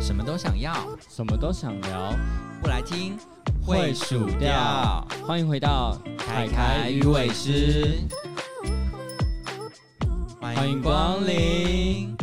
什么都想要，什么都想聊，不来听会数掉。欢迎回到凯凯鱼尾狮，欢迎光临。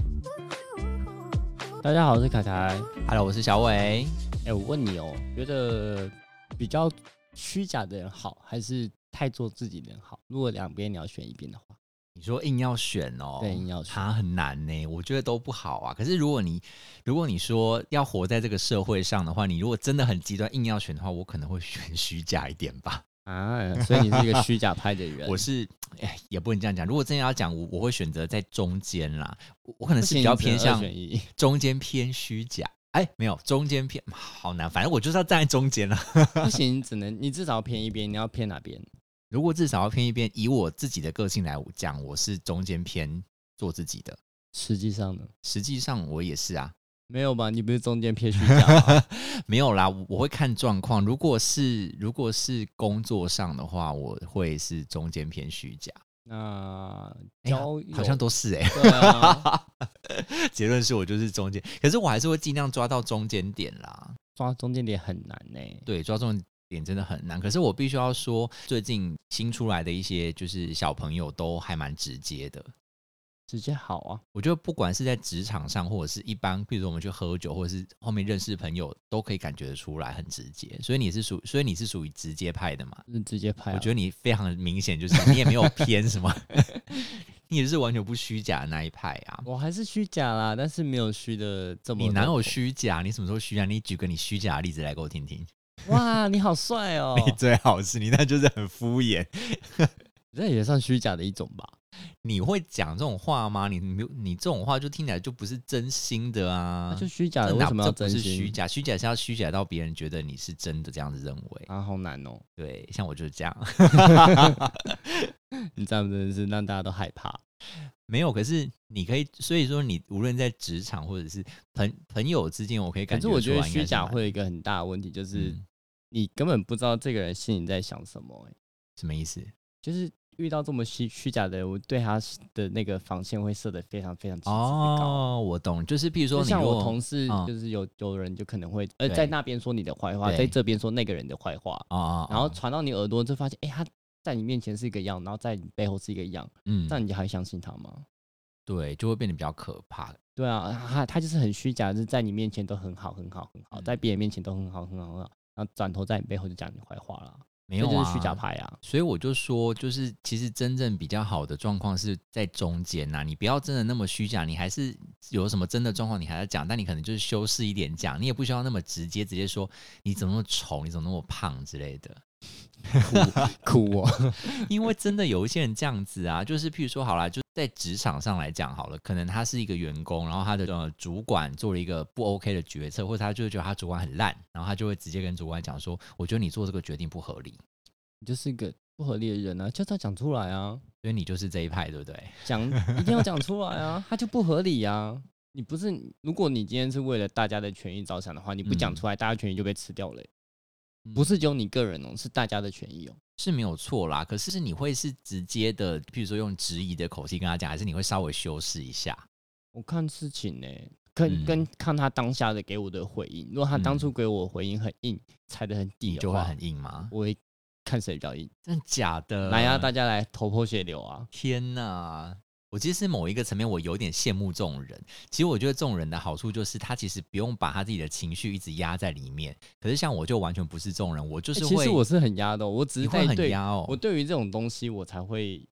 大家好，我是凯凯。 Hello，我是小伟。哎、我问你哦，觉得比较虚假的人好，还是太做自己的人好？如果两边你要选一边的话，你说硬要选哦，对硬要选它很难呢。我觉得都不好啊。可是如果你如果你说要活在这个社会上的话，你如果真的很极端，硬要选的话，我可能会选虚假一点吧。啊，所以你是一个虚假派的 人。我是，哎，也不能这样讲。如果真的要讲，我我会选择在中间啦。我我可能不是行比较你只能偏二向 选一中间偏虚假。哎，没有，中间偏好难，反正我就是要站在中间啊啦。不行，只能你至少偏一边，你要偏哪边？ 如果至少要偏一边，以我自己的个性来讲，我是中间偏做自己的。实际上呢，实际上我也是啊，没有吧？你不是中间偏虚 哎假吗？没有啦，我我会看状况。如果是如果是工作上的话，我会是中间偏虚假。那哎呀交友、好像都是哎、对啊， 结论是我就是中间，可是我还是会尽量抓到中间点啦。抓中间点很难呢、对，抓重点真的很难。可是我必须要说，最近新出来的一些就是小朋友都还蛮直接的。直接好啊，我觉得不管是在职场上，或者是一般，比如说我们去喝酒，或者是后面认识朋友，都可以感觉得出来，很直接。所以你是属，所以你是属于直接派的嘛？就是直接拍、啊。我觉得你非常明显，就是你也没有偏什么， 你也是完全不虚假的那一派啊。我还是虚假啦，但是没有虚的这么。你哪有？虚假？你什么时候虚假？你举个你虚假的例子来给我听听。哇，你好帅哦！ 你最好是你那就是很敷衍，这也算虚假的一种吧？你会讲这种话吗？你你你这种话就听起来就不是真心的那、啊！就虚假这呃的，为哪什么要这真不是心？虚假？虚假是要虚假到别人觉得你是真的这样子认为。啊，好难 哦！对，像我就是这样， 你这样真的是让大家都害怕。没有。可是你可以，所以说你无论在职场或者是朋朋友之间，我可以可感是觉我出觉来得应该虚是假蛮会有一个很大的问题，就是嗯你根本不知道这个人心里在想什么、欸。什么意思？就是遇到这么虚虚假的人，我对他的那个防线会设的非常非常之之高。哦，我懂，就是譬如就说你像如我果同事，嗯就是有有人就可能会呃对在那边说你的坏话，对在这边说那个人的坏话，啊啊，然后啊传到你耳朵，就发现，哎、他在你面前是一个样，然后在你背后是一个样，嗯那，你还相信他吗？对，就会变得比较可怕。对啊，他他就是很虚假，就是在你面前都很好，很好，很好，嗯在别人面前都很好，很好，很好，然后转头在你背后就讲你坏话了，没这有就啊，是虚假派 啊。所以我就说，就是其实真正比较好的状况是在中间呐、你不要真的那么虚假，你还是有什么真的状况你还在讲，但你可能就是修饰一点讲，你也不需要那么直接，直接说你怎么那么丑，你怎么那么胖之类的， 哭哦，因为真的有一些人这样子啊，就是譬如说好啦，就在职场上来讲好了，可能他是一个员工，然后他的呃主管做了一个不 OK 的决策，或者他就觉得他主管很烂，然后他就会直接跟主管讲说，我觉得你做这个决定不合理， 你就是一个不合理的人啊，就要讲出来啊。所以你就是这一派，对不对？讲一定要讲出来啊，它就不合理啊。你不是，如果你今天是为了大家的权益着想的话，你不讲嗯出来，大家权益就被吃掉了欸、不是只有你个人哦，是大家的权益哦。是没有错啦，可是你会是直接的，譬如说用质疑的口气跟他讲，还是你会稍微修饰一下？我看事情呢、跟、嗯跟看他当下的给我的回应。如果他当初嗯给我回应很硬，踩得很你底就会的话，很呃硬吗？我会看谁比较硬。真的假的？来啊，大家来头破血流啊！天哪！我其实是某一个层面，我有点羡慕这种人。其实我觉得这种人的好处就是，他其实不用把他自己的情绪一直压在里面。可是像我就完全不是这种人，我就欸是其会，实我是很压的哦、我只你是会在很对压哦。我对于这种东西，我才会，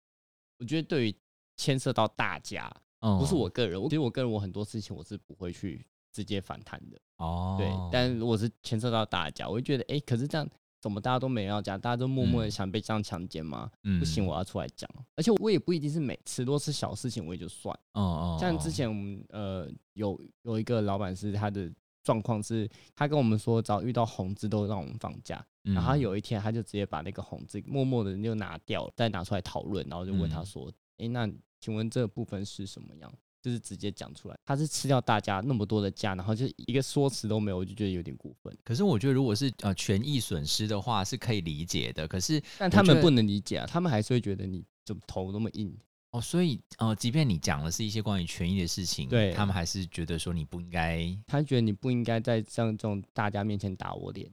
我觉得对于牵涉到大家，嗯不是我个人，我其实我个人我很多事情我是不会去直接反弹的，哦，对。但如果是牵涉到大家，我会觉得，哎、可是这样怎么大家都没人要讲，大家都默默的嗯想被这样强奸吗？嗯不行，我要出来讲。而且我也不一定是每次都是小事情我也就算，嗯嗯，像之嗯前我们呃有有一个老板是他的。状况是，他跟我们说，只要遇到红字都让我们放假。然后他嗯有一天，他就直接把那个红字默默的就拿掉，再拿出来讨论，然后就问他嗯说：“哎、那请问这个部分是什么样？”就是直接讲出来，他是吃掉大家那么多的价，然后就一个说辞都没有，我就觉得有点过分。可是我觉得，如果是呃权益损失的话，是可以理解的。可是但他我觉们得不能理解啊，他们还是会觉得你怎么头那么硬？哦，所以呃，即便你讲的是一些关于权益的事情，对他们还是觉得说你不应该。他觉得你不应该在像这种大家面前打我脸。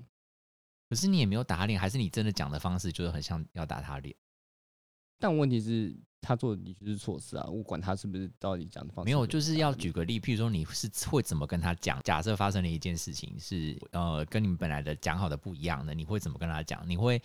可是你也没有打他脸，还是你真的讲的方式就是很像要打他脸？但问题是，他做的的确是错事啊，我管他是不哦是到底讲的方式没有，对啊就是不要对举个例，譬如说你是会怎么跟他讲？假设发生了一件事情是呃跟你们本来的讲好的不一样的，你会怎么跟他讲？你会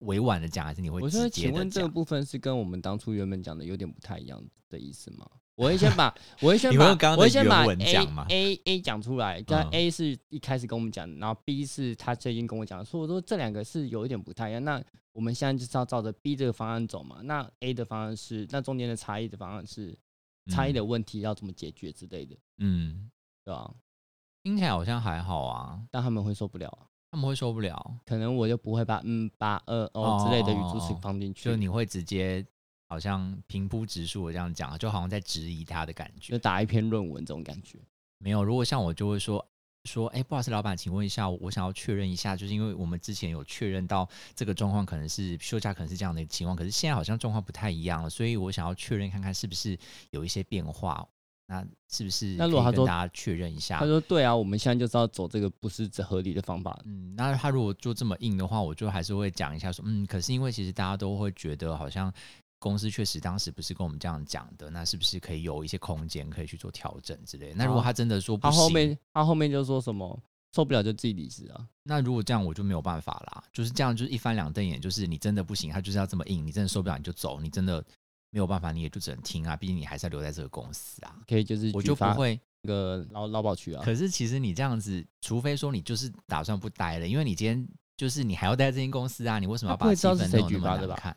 委婉的讲，还是你会我直说，接请的问这个讲？部分是跟我们当初原本讲的有点不太一样的意思吗？我会先 把，我会先你会把，用刚刚的我会先原把文讲吗 A A A 讲出来，但嗯 A 是一开始跟我们讲，然后 B 是他最近跟我讲，所以我说这两个是有一点不太一样。那我们现在就是要照着 B 这个方案走嘛？那 A 的方案是，那中间的差异的方案是差异的问题要怎么解决之类的，嗯，对吧、听起来好像还好啊，但他们会受不了啊、他们会受不了，可能我就不会把嗯八二哦之类的语助词哦放进去，就你会直接好像平铺直述的这样讲，就好像在质疑他的感觉就。打一篇论文这种感觉。没有，如果像我就会说说，哎、不好意思，老板，请问一下，我想要确认一下，就是因为我们之前有确认到这个状况可能是休假，可能是这样的情况，可是现在好像状况不太一样了，所以我想要确认看看是不是有一些变化，那是不是那可如果以他跟说大家确认一下他？说：“对啊，我们现在就是要走这个不是合理的方法。嗯，那他如果做这么硬的话，我就还是会讲一下说，嗯，可是因为其实大家都会觉得好像。公司确实当时不是跟我们这样讲的，那是不是可以有一些空间可以去做调整之类的？那如果好他真的说不哦他行，后面他后面就说什么受不了就自己离职啊。那如果这样，我就没有办法啦。就是这样，就是一翻两瞪眼，就是你真的不行，他就是要这么硬，你真的受不了你就走，你真的没有办法，你也就只能听啊。毕竟你还是要留在这个公司啊。可以就是我举就不发会。那个劳劳保局啊。可是其实你这样子，除非说你就是打算不待了，因为你今天就是你还要待在这间公司啊，你为什么要他不把会气知道是氛谁弄得举那发么的难吧看？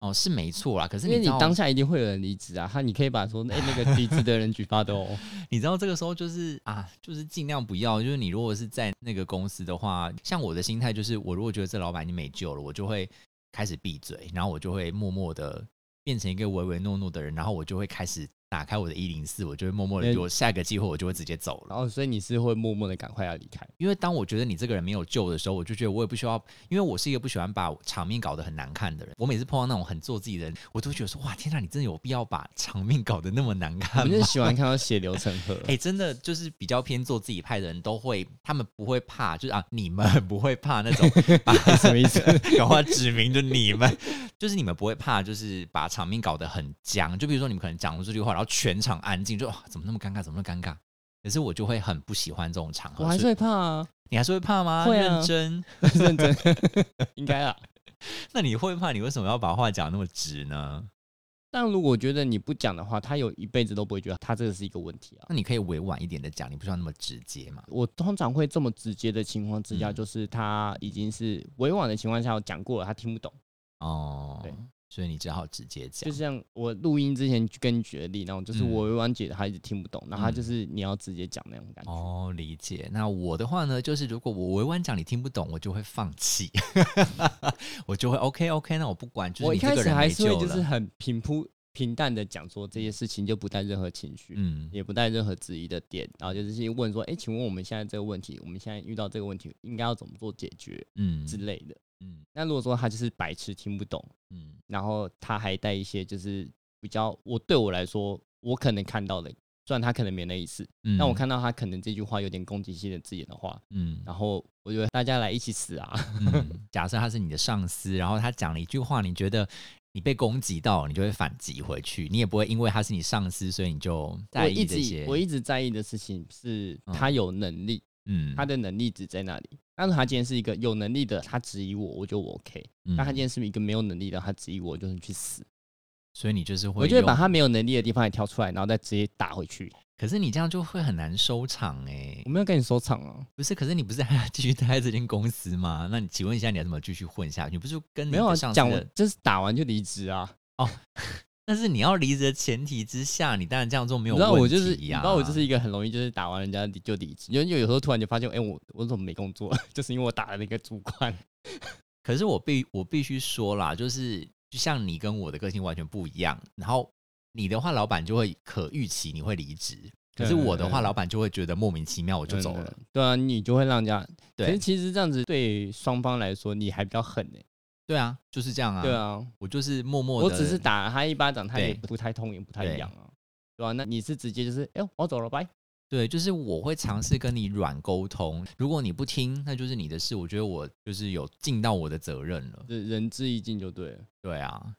哦，是没错啦。可是因为你你知道当下一定会有人离职啊，他你可以把说哎、那个离职的人举发 的哦，你知道这个时候就是啊，就是尽量不要。就是你如果是在那个公司的话，像我的心态就是，我如果觉得这老板已经没救了，我就会开始闭嘴，然后我就会默默的变成一个唯唯诺诺的人，然后我就会开始打开我的一零四，我就会默默的，嗯我下一个机会我就会直接走了。然后所以你是会默默的赶快要离开。因为当我觉得你这个人没有救的时候，我就觉得我也不需要，因为我是一个不喜欢把场面搞得很难看的人。我每次碰到那种很做自己的人，我都会觉得说哇，天哪，你真的有必要把场面搞得那么难我看们吗就？喜欢看到血流成河。 哎、真的就是比较偏做自己派的人都会，他们不会怕，就是啊，你们不会怕那种什么意 思？搞话指明着你们，就是你们不会怕，就是把场面搞得很僵。就比如说你们可能讲了这句话，然后全场安静，就、哇啊怎么那么尴尬，怎么那么尴尬？可是我就会很不喜欢这种场合。我还是所以会怕啊， 你还是会怕吗？会啊认真？认 真，应该啊。那你会怕，你为什么要把话讲那么直呢？但如果觉得你不讲的话，他有一辈子都不会觉得他这个是一个问题啊。那你可以委婉一点的讲，你不需要那么直接嘛。我通常会这么直接的情况之下，嗯就是他已经是委婉的情况下我讲过了，他听不懂。哦，对，所以你只好直接讲就。像我录音之前跟你举的例那种，就是嗯我委婉解的，他一直听不懂，然后他嗯就是你要直接讲那种感觉。哦，理解。那我的话呢，就是如果我委婉讲你听不懂，我就会放弃， 我就会 OK OK，那我不管，就是我一你这开个始人还没是会救就是了。很平铺平淡的讲说这些事情，就不带任何情绪，嗯，也不带任何质疑的点，然后就是去问说，哎、请问我们现在这个问题，我们现在遇到这个问题应该要怎么做解决嗯之类的。嗯那如果说他就是白痴听不懂，嗯然后他还带一些就是比较我对我来说，我可能看到的，虽然他可能没那意思，嗯，但我看到他可能这句话有点攻击性的字眼的话，嗯，然后我觉得大家来一起死啊！嗯，假设他是你的上司，然后他讲了一句话，你觉得你被攻击到，你就会反击回去，你也不会因为他是你上司，所以你就我 在一意这直些。我一直在意的事情是嗯他有能力，嗯，他的能力值在那里。但是他今天是一个有能力的，他质疑我，我觉得我 OK。嗯，但他今天是一个没有能力的，他质疑我，我就是去死。所以你就是会，我就会把他。没有能力的地方也挑出来，然后再直接打回去。可是你这样就会很难收场哎、我没有跟你收场啊，不是，可是你不是还要继续待在这间公司吗？那你请问一下，你要怎么继续混下去？你不是跟你没有啊的上司讲的完就是打完就离职啊。但是你要离职的前提之下，你当然这样做没有你知道我问就是，你题啊呀、知道我就是一个很容易就是打完人家就离职，因为有时候突然就发现，哎、我我怎么没工作？ 就是因为我打了那个主管。可是我必我必须说啦，就是就像你跟我的个性完全不一样，然后你的话，老板就会可预期你会离职，可是我的话，嗯老板就会觉得莫名其妙我 就走了。嗯对啊，你就会让人家。可对是其实这样子对双方来说，你还比较狠呢、对啊，就是这样啊。对，啊，我就是默默的，我只是打了他一巴掌，他也对不太痛，也不太对痒啊，对吧、那你是直接就是，哎、我走了，拜。对，就是我会尝试跟你软沟通。如果你不听，那就是你的事。我觉得我就是有尽到我的责任了。人仁至义尽就对了。对啊，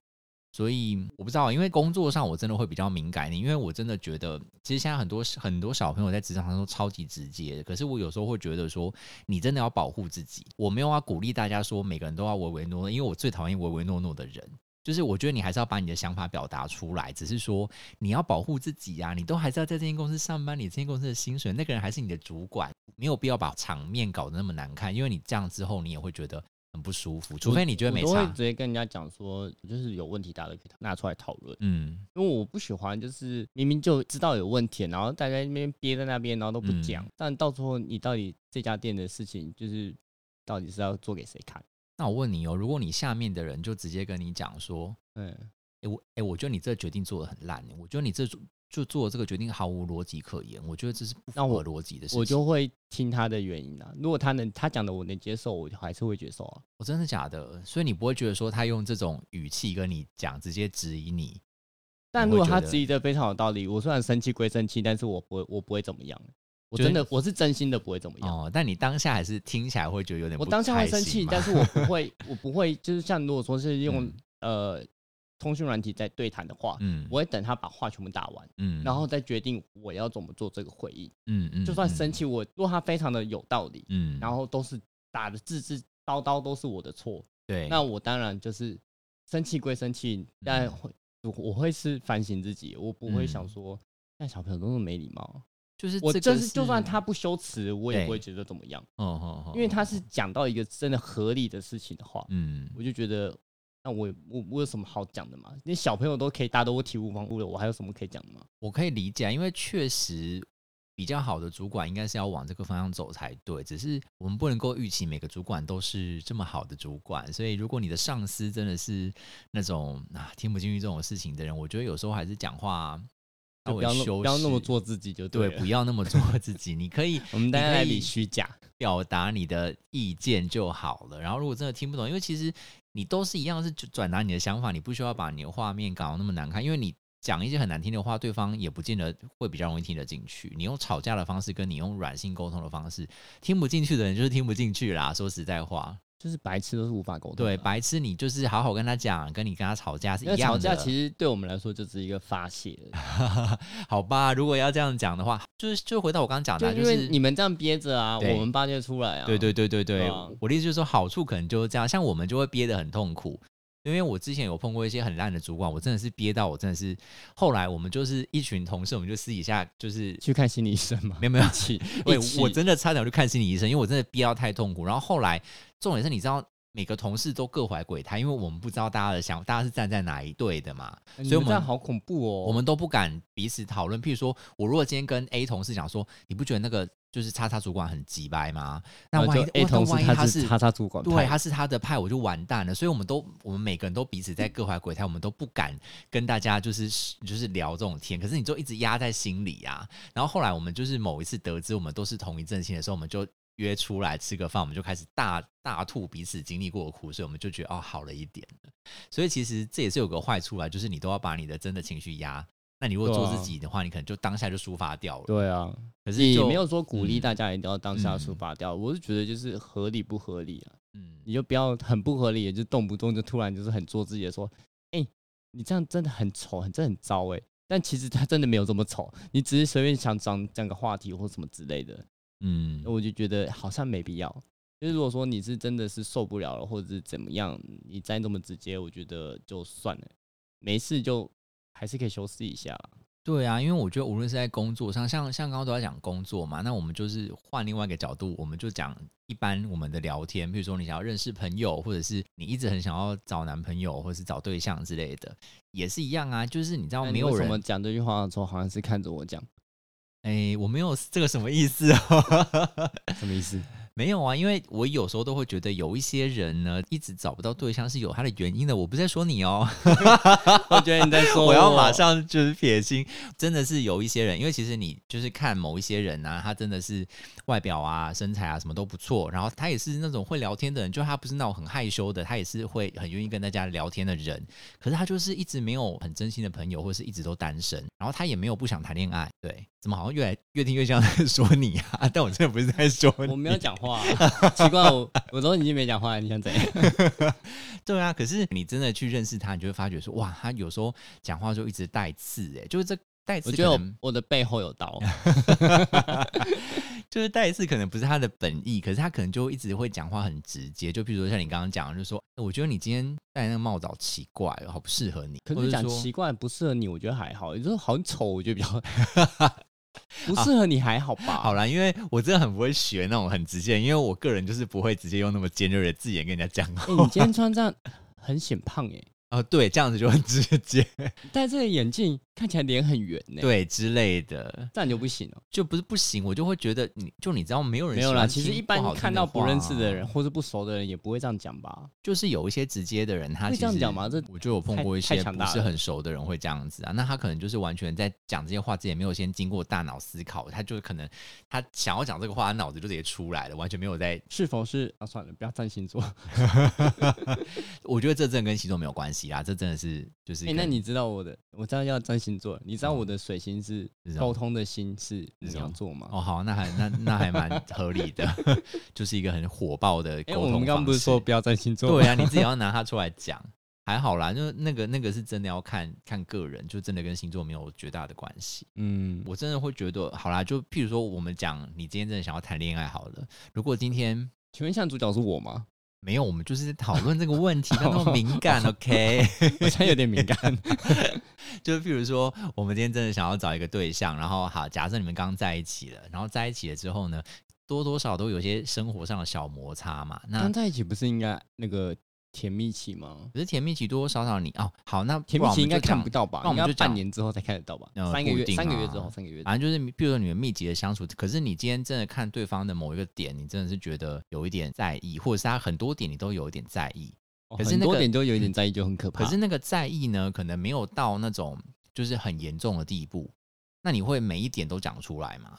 所以我不知道，因为工作上我真的会比较敏感一点，因为我真的觉得，其实现在很多很多小朋友在职场上都超级直接的，可是我有时候会觉得说，你真的要保护自己。我没有要鼓励大家说每个人都要唯唯诺诺，因为我最讨厌唯唯诺诺的人。就是我觉得你还是要把你的想法表达出来，只是说你要保护自己啊呀、你都还是要在这间公司上班，你这间公司的薪水，那个人还是你的主管，没有必要把场面搞得那么难看，因为你这样之后你也会觉得很不舒服，除非你觉得没我都差会直。接跟人家讲说，就是有问题大家都可以拿出来讨论，嗯，因为我不喜欢就是明明就知道有问题，然后大家那边憋在那边，然后都嗯不讲，但到最后你到底这家店的事情就是到底是要做给谁看？那我问你哦，如果你下面的人就直接跟你讲说，嗯，哎、我哎、诶我觉得你这个决定做的很烂，我觉得你这就就做这个决定毫无逻辑可言，我觉得这是不那符合我逻辑的事情。我就会听他的原因啊。如果他能他讲的我能接受，我就还是会接受啊。我哦真的假的？所以你不会觉得说他用这种语气跟你讲，直接质疑你？但你会如果觉他得质疑的非常有道理，我虽然生气归生气，但是我不会我不会怎么样。我就是真的我是真心的不会怎么样。哦，但你当下还是听起来会觉得有点我不当下会开生心气，嘛但是 我不会，我不会，就是像如果说是用、嗯呃通讯软体在对谈的话，嗯我会等他把话全部打完，嗯然后再决定我要怎么做这个回应。嗯嗯，就算嗯生气，我如果他非常的有道理，嗯，然后都是打的字字叨叨都是我的错，对，那我当然就是生气归生气，但嗯会我我会是反省自己，我不会想嗯说。那小朋友都那么没礼貌，就是我这就个是是就算他，不修辞，我也对不会觉得怎么样，哦哦哦，因为他是讲到一个真的合理的事情的话，嗯，我就觉得，那我我我有什么好讲的嘛？连小朋友都可以打得我体无完肤了，我还有什么可以讲的吗？我可以理解啊，因为确实比较好的主管应该是要往这个方向走才对。只是我们不能够预期每个主管都是这么好的主管，所以如果你的上司真的是那种啊听不进去这种事情的人，我觉得有时候还是讲话稍就不微要那修不要那饰，么做自己就对，了不要那么做自己。你可以我们大你家可来以比虚假，表达你的意见就好了。然后如果真的听不懂，因为其实你都是一样是转达你的想法，你不需要把你的画面搞得那么难看，因为你。讲一些很难听的话，对方也不见得会比较容易听得进去。你用吵架的方式，跟你用软性沟通的方式，听不进去的人就是听不进去啦。说实在话，就是白痴都是无法沟通对的。白痴，你就是好好跟他讲，跟你跟他吵架是一啊因为样的。啊吵架其实对我们来说就是一个发泄了，好吧，如果要这样讲的话，就是就回到我刚刚讲的啊，就就因为是你们这样憋着啊，对我们发泄出来啊。对对对对对，对啊我的意思就是说，好处可能就是这样，像我们就会憋得很痛苦。因为我之前有碰过一些很烂的主管，我真的是憋到我真的是，后来我们就是一群同事，我们就私底下就是去看心理医生嘛没。有没有一， 起，喂一，起我真的差点去看心理医生，因为我真的憋到太痛苦。然后后来重点是，你知道每个同事都各怀鬼胎，因为我们不知道大家的想，大家是站在哪一队的嘛，你所以我们这样们好恐怖哦。我们都不敢彼此讨论。譬如说，我如果今天跟 A 同事讲说，你不觉得那个就是叉叉主管很急掰吗？那然后万一呃就 A 那同事万一他是叉叉主管派，对，他是他的派，我就完蛋了。所以我们都，我们每个人都彼此在各怀鬼胎，我们都不敢跟大家就是就是聊这种天。可是你就一直压在心里啊。然后后来我们就是某一次得知我们都是同一阵线的时候，我们就约出来吃个饭，我们就开始大大吐彼此经历过的苦水，我们就觉得哦好了一点了。所以其实这也是有个坏处啊，就是你都要把你的真的情绪压。那你如果对做啊自己的话，你可能就当下就抒发掉了。对啊，可是也就没有说鼓励嗯大家一定要当下嗯抒发掉，我是觉得就是合理不合理啊。嗯你就不要很不合理，也就动不动就突然就是很做自己的说，哎、你这样真的很丑，很真的很糟哎、但其实他真的没有这么丑，你只是随便想讲讲个话题或什么之类的，嗯我就觉得好像没必要。就是如果说你是真的是受不了了，或者是怎么样，你再这么直接，我觉得就算了，没事就还是可以修饰一下啦。对啊，因为我觉得无论是在工作上，像像刚刚都在讲工作嘛，那我们就是换另外一个角度，我们就讲一般我们的聊天，比如说你想要认识朋友，或者是你一直很想要找男朋友，或者是找对象之类的，也是一样啊。就是你知道没那哎你有为什么人，讲这句话的时候，好像是看着我讲， 哎、我没有这个什么意思哦。 什么意思？没有啊，因为我有时候都会觉得有一些人呢，一直找不到对象是有他的原因的。我不是在说你哦，我觉得你在说 我要马上就是撇哦清，真的是有一些人，因为其实你就是看某一些人啊，他真的是外表啊、身材啊什么都不错，然后他也是那种会聊天的人，就他不是那种很害羞的，他也是会很愿意跟大家聊天的人，可是他就是一直没有很真心的朋友，或是一直都单身，然后他也没有不想谈恋爱，对，怎么好像越来越听越像在说你啊？ 但我真的不是在说你，我没有讲话、啊，奇怪，我我都已经没讲话了，你想怎样？对啊，可是你真的去认识他，你就会发觉说，哇，他有时候讲话就一直带刺、欸，哎，就是这带刺，我觉得我我的背后 有刀，就是带刺可能不是他的本意，可是他可能就一直会讲话很直接，就比如说像你刚刚讲，就是说、欸，我觉得你今天戴那个帽子好奇怪哦，好不适合你，可或者是讲说奇怪不适合你，我觉得还好，也就是好像丑，我觉得 比较不适合你还好吧？好啦，因为我真的很不会学那种很直接，因为我个人就是不会直接用那么尖锐的字眼跟人家讲话。哎、你今天穿这样很显胖哎、哦，对，这样子就很直接，戴这个眼镜看起来脸很圆呢、，对之类的，这样你就不行哦、就不是不行，我就会觉得你就你知道没有人没有喜啦，欢其实听一不般好听看到不话认识的啊人或是不熟的人也不会这样讲吧？就是有一些直接的人，他会其这样实讲吗这我就有碰太过一太些强不大是了很熟的人会这样子啊，那他可能就是完全在讲这些话之前没有先经过大脑思考，他就可能他想要讲这个话，他脑子就直接出来了，完全没有在。是否是啊？算了，不要占星座。我觉得这真的跟星座没有关系啦，这真的是就是哎、跟。那你知道我的？我知道要占星座，你知道我的水星是是什么沟通的星是是母什么羊座吗？哦，好，那还那那还蛮合理的， 就是一个很火爆的哎、沟通我们刚刚不是方说式不要占星座？对啊，你自己要拿它出来讲，还好啦，就那个那个是真的要看看个人，就真的跟星座没有绝大的关系。嗯，我真的会觉得，好啦，就譬如说我们讲，你今天真的想要谈恋爱好了，如果今天请问一下，主角是我吗？没有，我们就是在讨论这个问题，不要那 么敏感，OK？我现在有点敏感。就是譬如说，我们今天真的想要找一个对象，然后好，假设你们刚在一起了，然后在一起了之后呢，多多少少都有一些生活上的小摩擦嘛， 那刚在一起不是应该那个甜蜜期吗？可是甜蜜期多多少少你哦，好，那甜不蜜然我期们应该就看讲不到吧？那我应们就该要讲半年之后才看得到吧？呃三个不一月，定三个月啊之后，三个月之后。反正就是，比如说你们密集的相处，可是你今天真的看对方的某一个点，你真的是觉得有一点在意，或者是他很多点你都有一点在意。哦可是很那多个点都有一点在意，就很可怕。可是那个在意呢，可能没有到那种就是很严重的地步。那你会每一点都讲出来吗？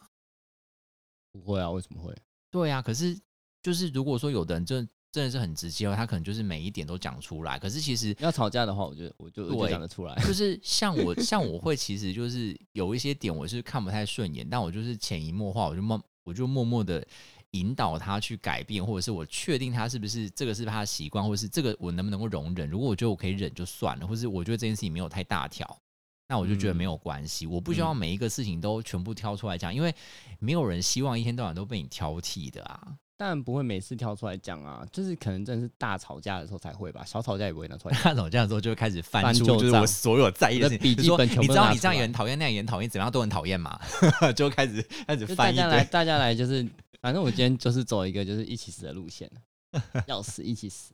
不会啊，为什么会？对啊，可是就是如果说有的人真的真的是很直接哦，他可能就是每一点都讲出来。可是其实要吵架的话，我就我就我就对讲得出来。就是像我，像我会其实就是有一些点我是看不太顺眼，但我就是潜移默化，我就默我就默默的引导他去改变，或者是我确定他是不是这个是他的习惯，或者是这个我能不能够容忍。如果我觉得我可以忍就算了，或是我觉得这件事情没有太大条，那我就觉得嗯没有关系。我不需要每一个事情都全部挑出来讲，因为没有人希望一天到晚都被你挑剔的啊。但不会每次跳出来讲啊，就是可能真的是大吵架的时候才会吧，小吵架也不会拿 出来讲。他吵架的时候就会开始翻翻出，旧就是账我所有在意的我的事情，笔就记说本全你部知道拿你出这样也来很讨厌，那样也很讨厌，怎么样都很讨厌嘛， 就开始开始就大翻一家来，堆。大家来，就是反正我今天就是走一个就是一起死的路线， 要死一起死。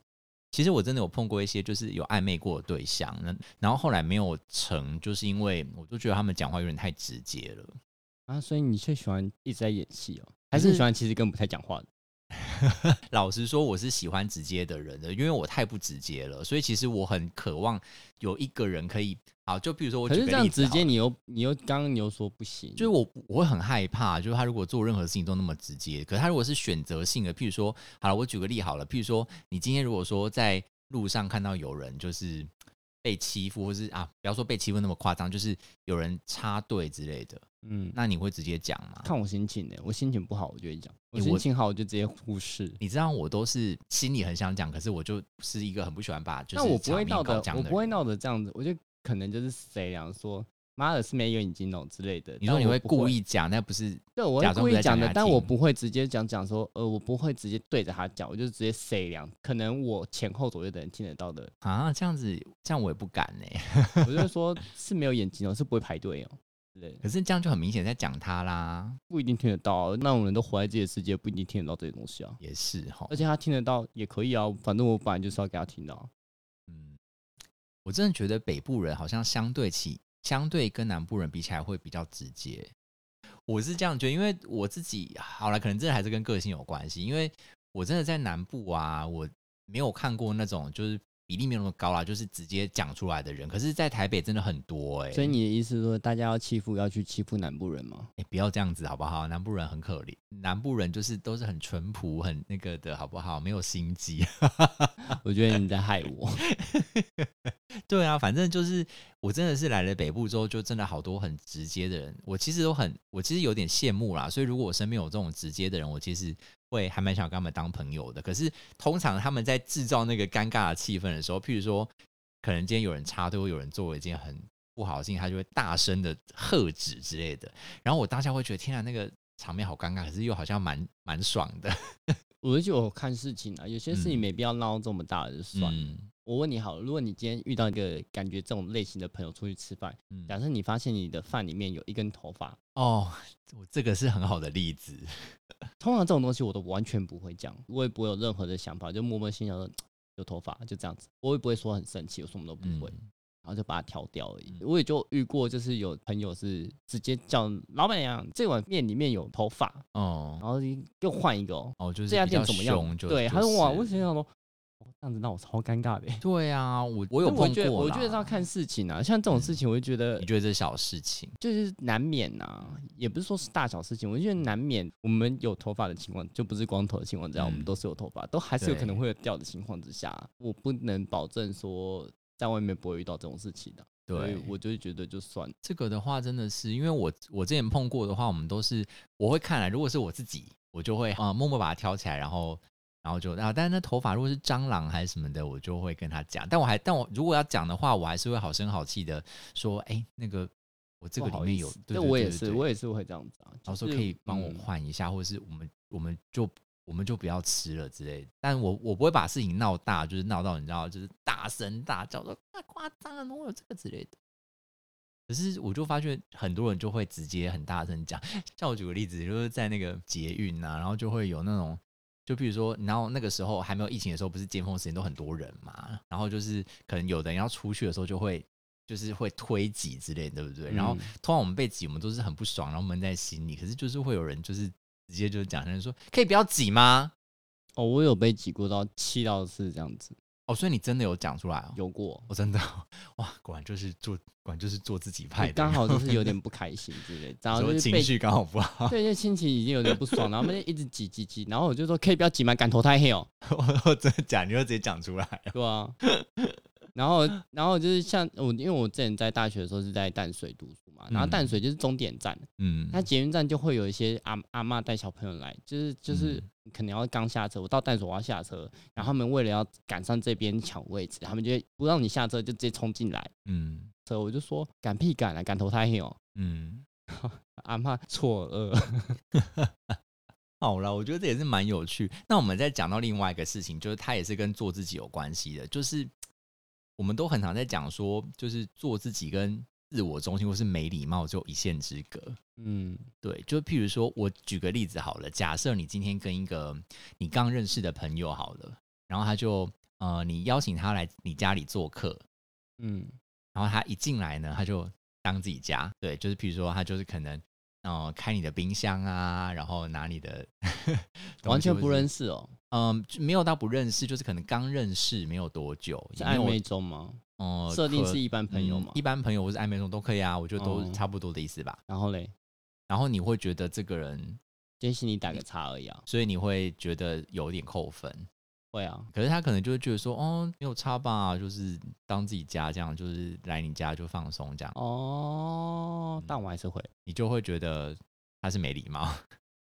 其实我真的有碰过一些就是有暧昧过的对象，那然后后来没有成，就是因为我就觉得他们讲话有点太直接了。啊，所以你却喜欢一直在演戏哦，还是你是喜欢其实根本不太讲话的？老实说，我是喜欢直接的人的，因为我太不直接了，所以其实我很渴望有一个人可以好，就比如说我可举是个这样例子直好接，了你又你又刚刚你又说不行，就是我我会很害怕，就是他如果做任何事情都那么直接，可他如果是选择性的，譬如说，好了，我举个例好了，譬如说，你今天如果说在路上看到有人就是被欺负，或是啊，不要说被欺负那么夸张，就是有人插队之类的，嗯，那你会直接讲吗？看我心情呢，我心情不好我就会讲，我欸心我情好我就直接忽视。你知道我都是心里很想讲，可是我就是一个很不喜欢把就是那我不会场面闹搞的僵，我的不会人闹的这样子，我就可能就是谁俩说。妈的，是没有眼睛哦之类的。你说但你我会不故意讲，但不是对，我假装会故不意在讲讲给的，他但我听不会直接讲讲说，呃，我不会直接对着他讲，我就直接 say 两，可能我前后左右的人听得 到的，啊这样子，这样我也不敢欸呢、我就会说是没有眼睛哦，是不会排队哦，对，可是这样就很明显在讲他啦，不一定听得到哦、那种人都活在自己的世界，不一定听得到这些东西啊。也是哈而。且他听得到也可以啊，反正我本来就是要给他听到啊。嗯，我真的觉得北部人好像相对起相对跟南部人比起来会比较直接。我是这样觉得，因为我自己好了，可能真的还是跟个性有关系。因为我真的在南部啊，我没有看过那种就是比例没有那么高啦，就是直接讲出来的人。可是，在台北真的很多哎、所以你的意思是说，大家要欺负要去欺负南部人吗？哎、不要这样子好不好？南部人很可怜，南部人就是都是很淳朴、很那个的好不好？没有心机。 我觉得你在害我。 对啊，反正就是我真的是来了北部之后，就真的好多很直接的人，我其实都很，我其实有点羡慕啦。所以如果我身边有这种直接的人，我其实会还蛮想跟他们当朋友的。可是通常他们在制造那个尴尬的气氛的时候，譬如说，可能今天有人插队，或有人做了一件很不好的事情，他就会大声的喝止之类的。然后我当下会觉得，天啊，那个场面好尴尬，可是又好像蛮蛮爽的。我就觉得我看事情啊，有些事情嗯没必要闹这么大的就算。嗯我问你好了，如果你今天遇到一个感觉这种类型的朋友出去吃饭，嗯假设你发现你的饭里面有一根头发，哦，我这个是很好的例子。通常这种东西我都完全不会讲，我也不会有任何的想法，就默默心想说有头发就这样子，我也不会说很生气，我什么都不嗯会，然后就把它挑掉而已嗯。我也就遇过，就是有朋友是直接叫老板娘这碗面里面有头发，哦然后又换一个哦，哦，就是这家比较店怎么样凶？就对，就他说哇，是我想想说，哦这样子让我超尴尬的欸。对啊，我我有但我碰觉过得，啦。嗯我觉得是要看事情啊，像这种事情，我就觉得你觉得这是小事情，就是难免呐、也不是说是大小事情，我就觉得难免。我们有头发的情况，就不是光头的情况之下，嗯我们都是有头发，都还是有对可能会有掉的情况之下，我不能保证说在外面不会遇到这种事情的、所以对我就觉得就算了。这个的话，真的是因为我我之前碰过的话，我们都是我会看啊，如果是我自己，我就会啊、呃默默把它挑起来，然后然后就啊，但是那头发如果是蟑螂还是什么的，我就会跟他讲。但我还但我如果要讲的话，我还是会好声好气的说，哎、那个我这个不里好面意有思，对这对我对也对是，对我也是会这样子啊。然后说就是可以帮我嗯换一下，或者是我们我们就我们就不要吃了之类的。但我我不会把事情闹大，就是闹到你知道，就是大声大叫说太夸张了，我有这个之类的。可是我就发现很多人就会直接很大声讲， 像我举个例子，就是在那个捷运啊，然后就会有那种。就比如说，然后那个时候还没有疫情的时候，不是尖峰时间都很多人嘛，然后就是可能有的人要出去的时候就会就是会推挤之类的，对不对？然后嗯通常我们被挤，我们都是很不爽，然后闷在心里。可是就是会有人就是直接就讲，人说可以不要挤吗？哦，我有被挤过到气到是这样子，哦，所以你真的有讲出来哦，有过，我、真的哦哇，果然就是做，果然就是做自己 派我的，刚 好就是有点不开心之类的，然然后后就是情被绪刚好不好， 对，因为亲戚已经有点不爽，然后他们就一直挤挤挤，然后我就说可以不要挤吗？赶头太黑哦，我我真的假，你就直接讲出来哦。对 啊。然后，然后就是像我，因为我之前在大学的时候是在淡水读书嘛，然后淡水就是终点站，嗯，那捷运站就会有一些阿阿嬷带小朋友来，就是就是嗯可能要刚下车，我到淡水我要下车，然后他们为了要赶上这边抢位置，他们就会不让你下车，就直接冲进来。嗯所以我就说赶屁赶啊，赶头太黑哦，嗯，阿嬷错愕。 好了，我觉得这也是蛮有趣。那我们再讲到另外一个事情，就是它也是跟做自己有关系的，就是我们都很常在讲说，就是做自己跟自我中心或是没礼貌只有一线之隔。嗯，对，就譬如说，我举个例子好了，假设你今天跟一个你刚认识的朋友好了，然后他就呃，你邀请他来你家里做客，嗯，然后他一进来呢，他就当自己家，对，就是譬如说，他就是可能呃开你的冰箱啊，然后拿你的 完全不认识，识哦，嗯、就没有到不认识，就是可能刚认识没有多久，是也没暧有昧中吗？呃设定可是一般朋友嗯嘛。一般朋友或是暧昧中都可以啊，我觉得都哦差不多的意思吧。然后嘞，然后你会觉得这个人今天心里打个叉而已啊。所以你会觉得有点扣分。会啊，可是他可能就会觉得说，哦，没有差吧，就是当自己家这样，就是来你家就放松这样，嗯哦，但我还是会，你就会觉得他是没礼貌。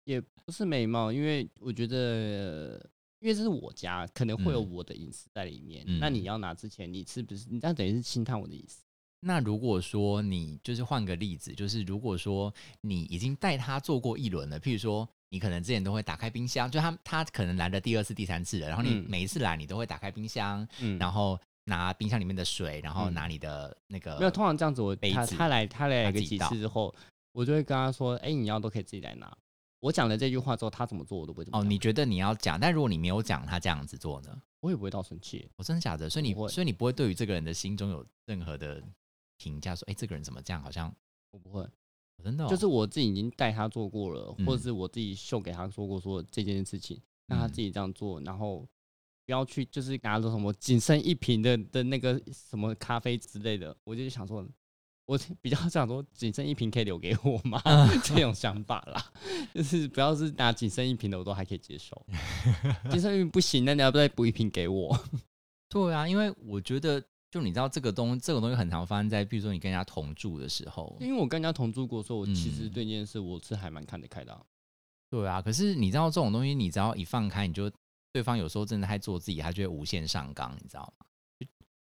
也不是美貌，因为我觉得，因为这是我家，可能会有嗯我的隐私在里面。嗯那你要拿之前，你是不是你这样等于是侵探我的隐私？那如果说你就是换个例子，就是如果说你已经带他做过一轮了，譬如说你可能之前都会打开冰箱，就他他可能来了第二次、第三次了，然后你嗯每一次来你都会打开冰箱，嗯然后拿冰箱里面的水，然后嗯拿你的那个没有，通常这样子我，呃杯他子他来他来他个自己几倒次之后，我就会跟他说，哎、你要都可以自己来拿。我讲了这句话之后，他怎么做我都不会怎么哦，讲你觉得你要讲，但如果你没有讲，他这样子做呢？我也不会到生气。我真的假的？所以你不会所以你不会对于这个人的心中有任何的评价，说，哎、这个人怎么这样？好像我不会，真的哦、就是我自己已经带他做过了，嗯或者是我自己秀给他做过说这件事情，让他嗯自己这样做，然后不要去就是拿着什么仅剩一瓶的的那个什么咖啡之类的，我就想说，我比较想说仅剩一瓶可以留给我吗？嗯这种想法啦，就是不要是拿仅剩一瓶的我都还可以接受， 仅剩一瓶不行，那你要不要再补一瓶给我？对啊，因为我觉得，就你知道这个东这种东西很常发生在，比如说你跟人家同住的时候，因为我跟人家同住过，所以我其实嗯对这件事我是还蛮看得开的啊、对啊。可是你知道这种东西，你只要一放开，你就对方有时候真的在做自己，他就会无限上纲，你知道吗？就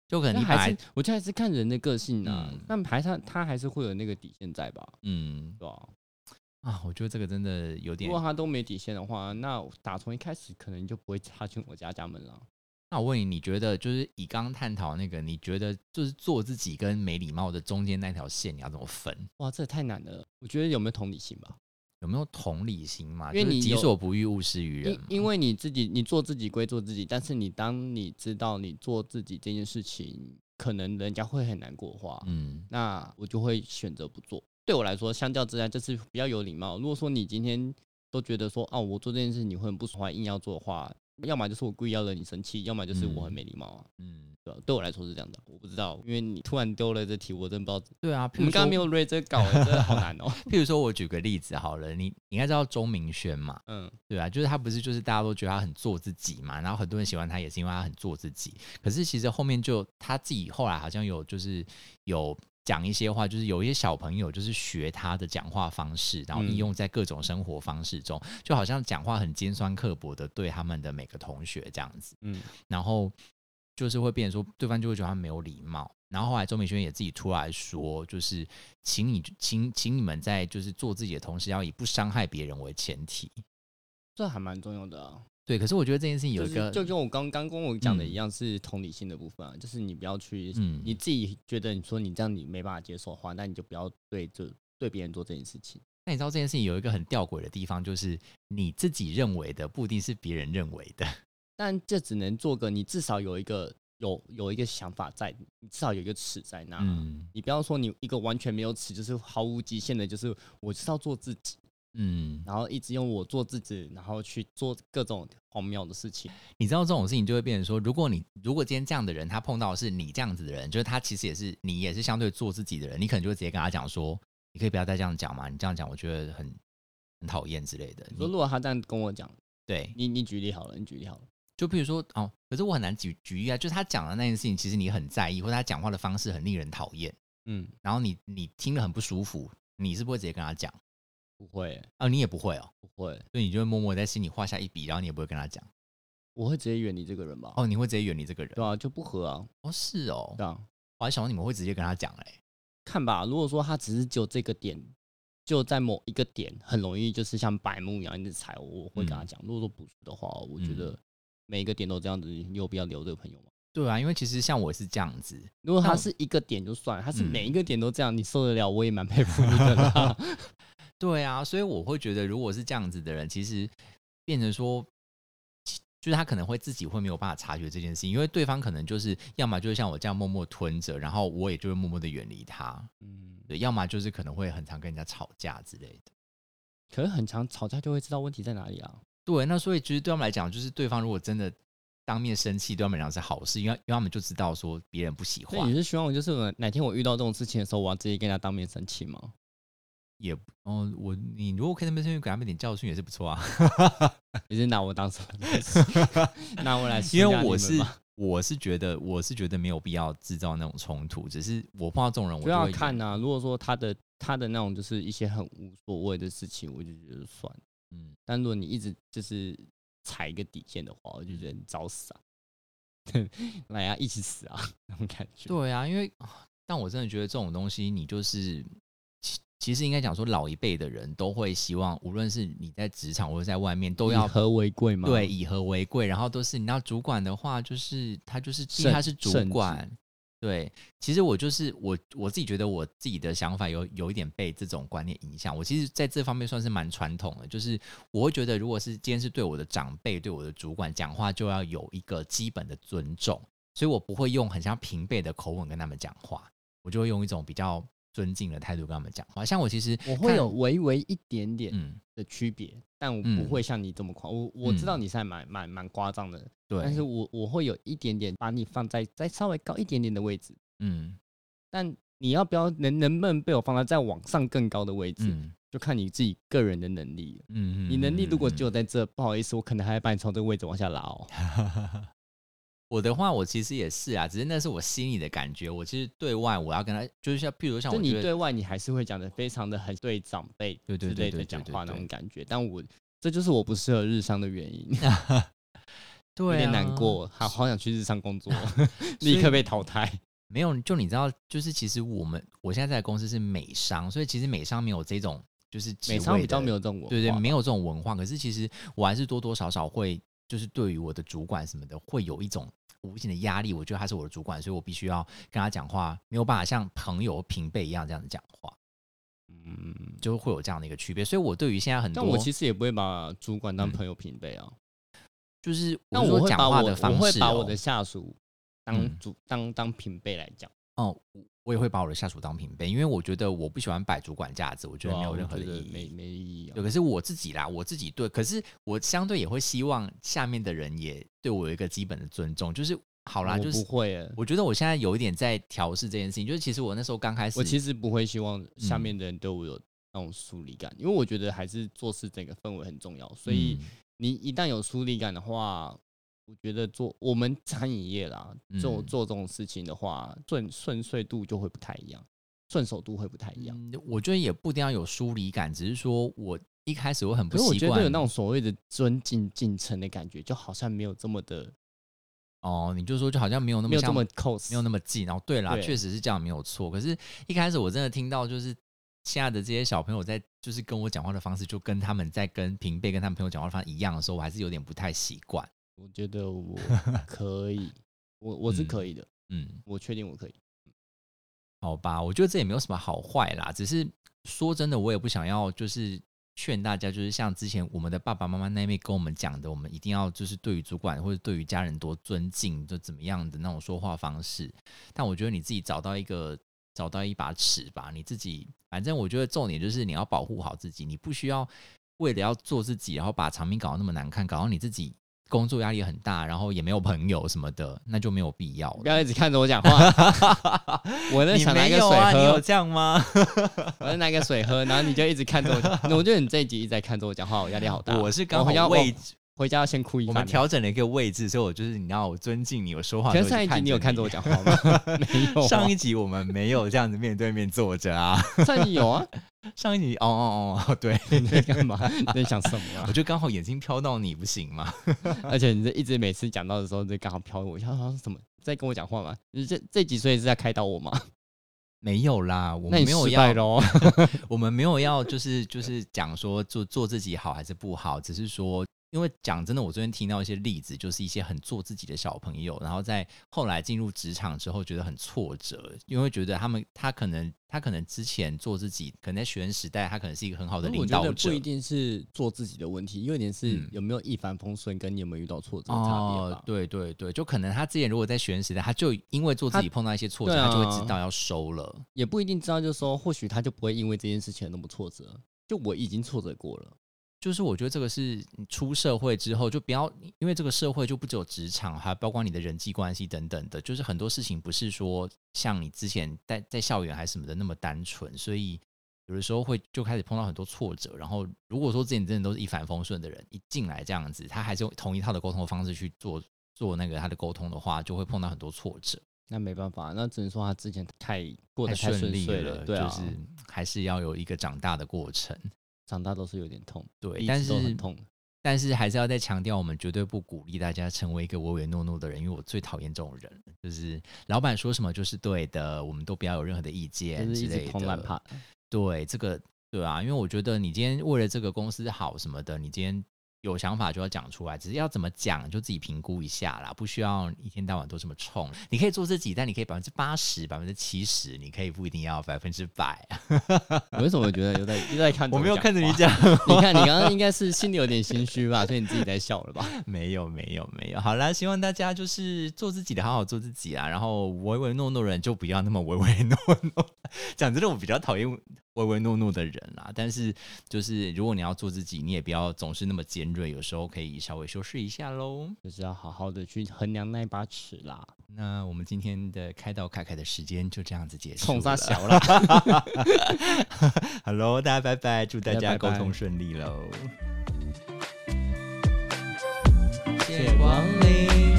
就可能那你本还是来我觉得还是看人的个性啊嗯，但还是他还是会有那个底线在吧，嗯对吧？啊，我觉得这个真的有如点果。他都没底线的话，那打从一开始可能就不会插进我家家门了。那我问你，你觉得就是以刚刚探讨那个，你觉得就是做自己跟没礼貌的中间那条线，你要怎么分？哇，这也太难了！我觉得有没有同理心吧？有没有同理心嘛？因为就是你己有所不欲，勿施于人因嘛。因为你自己，你做自己归做自己，但是你当你知道你做自己这件事情，可能人家会很难过的话，嗯那我就会选择不做。对我来说，相较之下就是比较有礼貌。如果说你今天都觉得说啊，我做这件事你会很不爽，还硬要做的话，要么就是我故意要惹你生气，要么就是我很没礼貌啊，嗯，对吧？对我来说是这样的，我不知道，因为你突然丢了这题，我真不知道。对啊。譬我如们刚说刚没有 read 这个稿，真的好难 哦。譬如说，我举个例子好了，你你应该知道周明轩嘛，嗯，对啊，就是他不是就是大家都觉得他很做自己嘛，然后很多人喜欢他也是因为他很做自己，可是其实后面就他自己后来好像有就是有。讲一些话，就是有一些小朋友就是学他的讲话方式，然后应用在各种生活方式中，就好像讲话很尖酸刻薄的对他们的每个同学这样子。嗯，然后就是会变成说，对方就会觉得他没有礼貌。然后后来周美轩也自己出来说，就是请你请请你们在就是做自己的同时，要以不伤害别人为前提。这还蛮重要的啊。对，可是我觉得这件事情有就一个，是就跟我刚刚跟我讲的嗯一样，是同理心的部分啊，就是你不要去，嗯你自己觉得你说你这样你没办法接受的话，那你就不要对这对别人做这件事情。那你知道这件事情有一个很吊诡的地方，就是你自己认为的不一定是别人认为的。但这只能做个你至少有一个有有一个想法在，你至少有一个尺在那。嗯你不要说你一个完全没有尺，就是毫无极限的，就是我就是要做自己，嗯，然后一直用我做自己，然后去做各种荒谬的事情。你知道这种事情就会变成说，如果你如果今天这样的人，他碰到的是你这样子的人，就是他其实也是你也是相对做自己的人，你可能就会直接跟他讲说，你可以不要再这样讲嘛，你这样讲我觉得很很讨厌之类的。你说你如果他这样跟我讲，对，你你举例好了，你举例好了，就譬如说哦，可是我很难举举例啊，就是他讲的那件事情，其实你很在意，或者他讲话的方式很令人讨厌，嗯，然后你你听了很不舒服，你是不会直接跟他讲不会啊，你也不会哦，不会，所以你就会默默在心里画下一笔，然后你也不会跟他讲我会直接远离这个人吧。哦，你会直接远离这个人对啊，就不合啊，哦，是哦对，啊，我还想说你们会直接跟他讲嘞、欸看吧。如果说他只是只有这个点，就在某一个点，很容易就是像白目一样一直踩我，我会跟嗯他讲。如果说不是的话，我觉得每一个点都这样子，你有必要留这个朋友吗？对啊，因为其实像我是这样子，如果那他我是一个点就算了，他是嗯每一个点都这样，你受得了，我也蛮佩服你的啦。 对啊，所以我会觉得，如果是这样子的人，其实变成说，其就是他可能会自己会没有办法察觉这件事情，因为对方可能就是要么就是像我这样默默吞着，然后我也就会默默的远离他，嗯，对，要么就是可能会很常跟人家吵架之类的。可是很常吵架就会知道问题在哪里啊。对，那所以其实对他们来讲，就是对方如果真的当面生气，对他们来讲是好事，因为因为他们就知道说别人不喜所以你欢，是希望我就是我哪天我遇到这种事情的时候，我要直接跟他当面生气吗？ 也哦，我你如果可以在那边去给他们一点教训也是不错啊。你是拿我当什么东西？ 拿我来因训为练你我们是吗 我是觉得我是觉得没有必要制造那种冲突，只是我碰到这种人，我就就要会看远呐、如果说他的他的那种就是一些很无所谓的事情，我就觉得算了。嗯，但如果你一直就是踩一个底线的话，我就觉得嗯你找死啊！ 来啊，一起死啊！那种感觉。对啊，因为啊但我真的觉得这种东西，你就是其其实应该讲说，老一辈的人都会希望，无论是你在职场或者在外面，都以要和为贵嘛。对，以和为贵，然后都是你要主管的话，就是他就是因为他圣是主圣旨管。对，其实我就是我我自己觉得我自己的想法有有一点被这种观念影响。我其实在这方面算是蛮传统的，就是我会觉得，如果是今天是对我的长辈、对我的主管讲话，就要有一个基本的尊重，所以我不会用很像平辈的口吻跟他们讲话，我就会用一种比较尊敬的态度跟他们讲话。像我其实我会有微微一点点嗯，的区别，但我嗯不会像你这么夸。我我知道嗯你是还蛮蛮蛮夸张的，对，但是我我会有一点点把你放在再稍微高一点点的位置，嗯但你要不要能能不能被我放到再往上更高的位置，嗯就看你自己个人的能力了。嗯，你能力如果嗯只有在这，不好意思，我可能还要把你从这个位置往下拉哦。我的话，我其实也是啊，只是那是我心里的感觉。我其实对外我要跟他，就是像譬如像就我你觉得对外你还是会讲的非常的很对长辈对对之对类对的对讲对话那对种感觉，但我这就是我不适合日商的原因， 对有点难啊，过，好好想去日商工作 立刻被淘汰。没有，就你知道，就是其实我们我现在在的公司是美商，所以其实美商没有这种就是职美商位比较的没有这种文化，对对，没有这种文化。可是其实我还是多多少少会，就是对于我的主管什么的，会有一种无形的压力。我觉得他是我的主管，所以我必须要跟他讲话，没有办法像朋友平辈一样这样子讲话，嗯。就会有这样的一个区别。所以我对于现在很多，但我其实也不会把主管当嗯朋友平辈啊，就是但是我说会讲把话我的方式、哦，我会把我的下属嗯当主、当当平辈来讲，哦，我我也会把我的下属当平辈，因为我觉得我不喜欢摆主管架子，我觉对得啊没有我任何的觉得意义。没没意义啊对，。可是我自己啦，我自己对，可是我相对也会希望下面的人也对我有一个基本的尊重，就是好啦，哦我就是不会耶，我觉得我现在有一点在调试这件事情，就是其实我那时候刚开始，我其实不会希望下嗯面的人对我有那种疏离感，因为我觉得还是做事整个氛围很重要。所嗯以你一旦有疏离感的话，我觉得做我们餐饮业啦，做嗯做这种事情的话，顺顺遂度就会不太一样，顺手度会不太一样。嗯、嗯我觉得也不一定要有疏离感，只是说我一开始我很不可是我习觉惯得有那种所谓的尊敬进程的感觉，就好像没有这么的哦，你就说就好像没有那么没有像这么 close，没有那么近。然后对啦，对确实是这样，没有错。可是，一开始我真的听到，就是现在的这些小朋友在，就是跟我讲话的方式，就跟他们在跟平辈、跟他们朋友讲话的方式一样的时候，我还是有点不太习惯。我觉得 我可以，我我是嗯可以的，嗯，我确定我可以。好吧，我觉得这也没有什么好坏啦，只是说真的，我也不想要就是。劝大家就是像之前我们的爸爸妈妈那一辈跟我们讲的，我们一定要就是对于主管或者对于家人多尊敬，就怎么样的那种说话方式。但我觉得你自己找到一个找到一把尺吧，你自己反正我觉得重点就是你要保护好自己，你不需要为了要做自己，然后把场面搞得那么难看，搞到你自己工作压力很大，然后也没有朋友什么的，那就没有必要不了。要一直看着我 讲话，我在你想拿没一个有水啊？你有喝，这样吗？我在拿一个水喝，然后你就一直看着我讲， 那我觉得你这一集一直在看着我讲话，我压力好大。我是刚回家好位置，我回家要先哭一我番们了。调整了一个位置，所以我就是你要我尊敬你，我说话可都会是上一去集你有看着我讲话吗？ 没有啊，上一集我们没有这样子面对面坐着啊，上一集有啊？上一集哦哦哦，对，你在干嘛？你在想什么 啊我？就刚好眼睛飘到你，不行吗？而且你这一直每次讲到的时候，就刚好瞟我一下，好像什么在跟我讲话吗？你这这集所以是在开导我吗？没有啦，我那们你没有失要败，哦喽。我们没有要，就是就是讲说做做自己好还是不好，只是说，因为讲真的，我昨天听到一些例子，就是一些很做自己的小朋友，然后在后来进入职场之后，觉得很挫折，因为觉得他们他可能他可能之前做自己，可能在学生时代，他可能是一个很好的我领觉导得不者一。定是做自己的问题，有一点是嗯有没有一帆风顺，跟你有没有遇到挫折的差别哦吧，。对对对，就可能他之前如果在学生时代，他就因为做自己碰到一些挫折，对他啊就会知道要收了。也不一定知道，就是说，或许他就不会因为这件事情而那么挫折。就我已经挫折过了，就是我觉得这个是你出社会之后就不要，因为这个社会就不只有职场，还包括你的人际关系等等的，就是很多事情不是说像你之前在在校园还是什么的那么单纯，所以有的时候会就开始碰到很多挫折。然后如果说之前真的都是一帆风顺的人，一进来这样子，他还是用同一套的沟通方式去做做那个他的沟通的话，就会碰到很多挫折。那没办法，那只能说他之前太过得太太顺利遂了，对啊，就是还是要有一个长大的过程。长大都是有点痛，对，鼻但子都是很痛。但是还是要再强调，我们绝对不鼓励大家成为一个唯唯诺诺的人，因为我最讨厌这种人，就是老板说什么就是对的，我们都不要有任何的意见就之是一类直的。狂乱 怕，对，这个对啊，因为我觉得你今天为了这个公司好什么的，你今天有想法就要讲出来，只是要怎么讲就自己评估一下啦，不需要一天到晚都这么冲。你可以做自己，但你可以百分之八十、百分之七十，你可以不一定要百分之百。我为什么觉得又在又在看？我没有看着你，讲， 你看你刚刚应该是心里有点心虚吧，所以你自己在笑了吧？ 没有没有没有，好啦，希望大家就是做自己的，好好做自己啊，然后唯唯诺诺人就不要那么唯唯诺诺。 讲真的，我比较讨厌唯唯诺诺的人啦。但是就是如果你要做自己，你也不要总是那么尖锐，有时候可以稍微修饰一下喽。就是要好好的去衡量那一把尺啦，那我们今天的开导凯凯的时间就这样子结束了。冲杀小啦。 Hello，大家拜拜，祝大大家家拜沟拜通顺利喽。谢谢光临。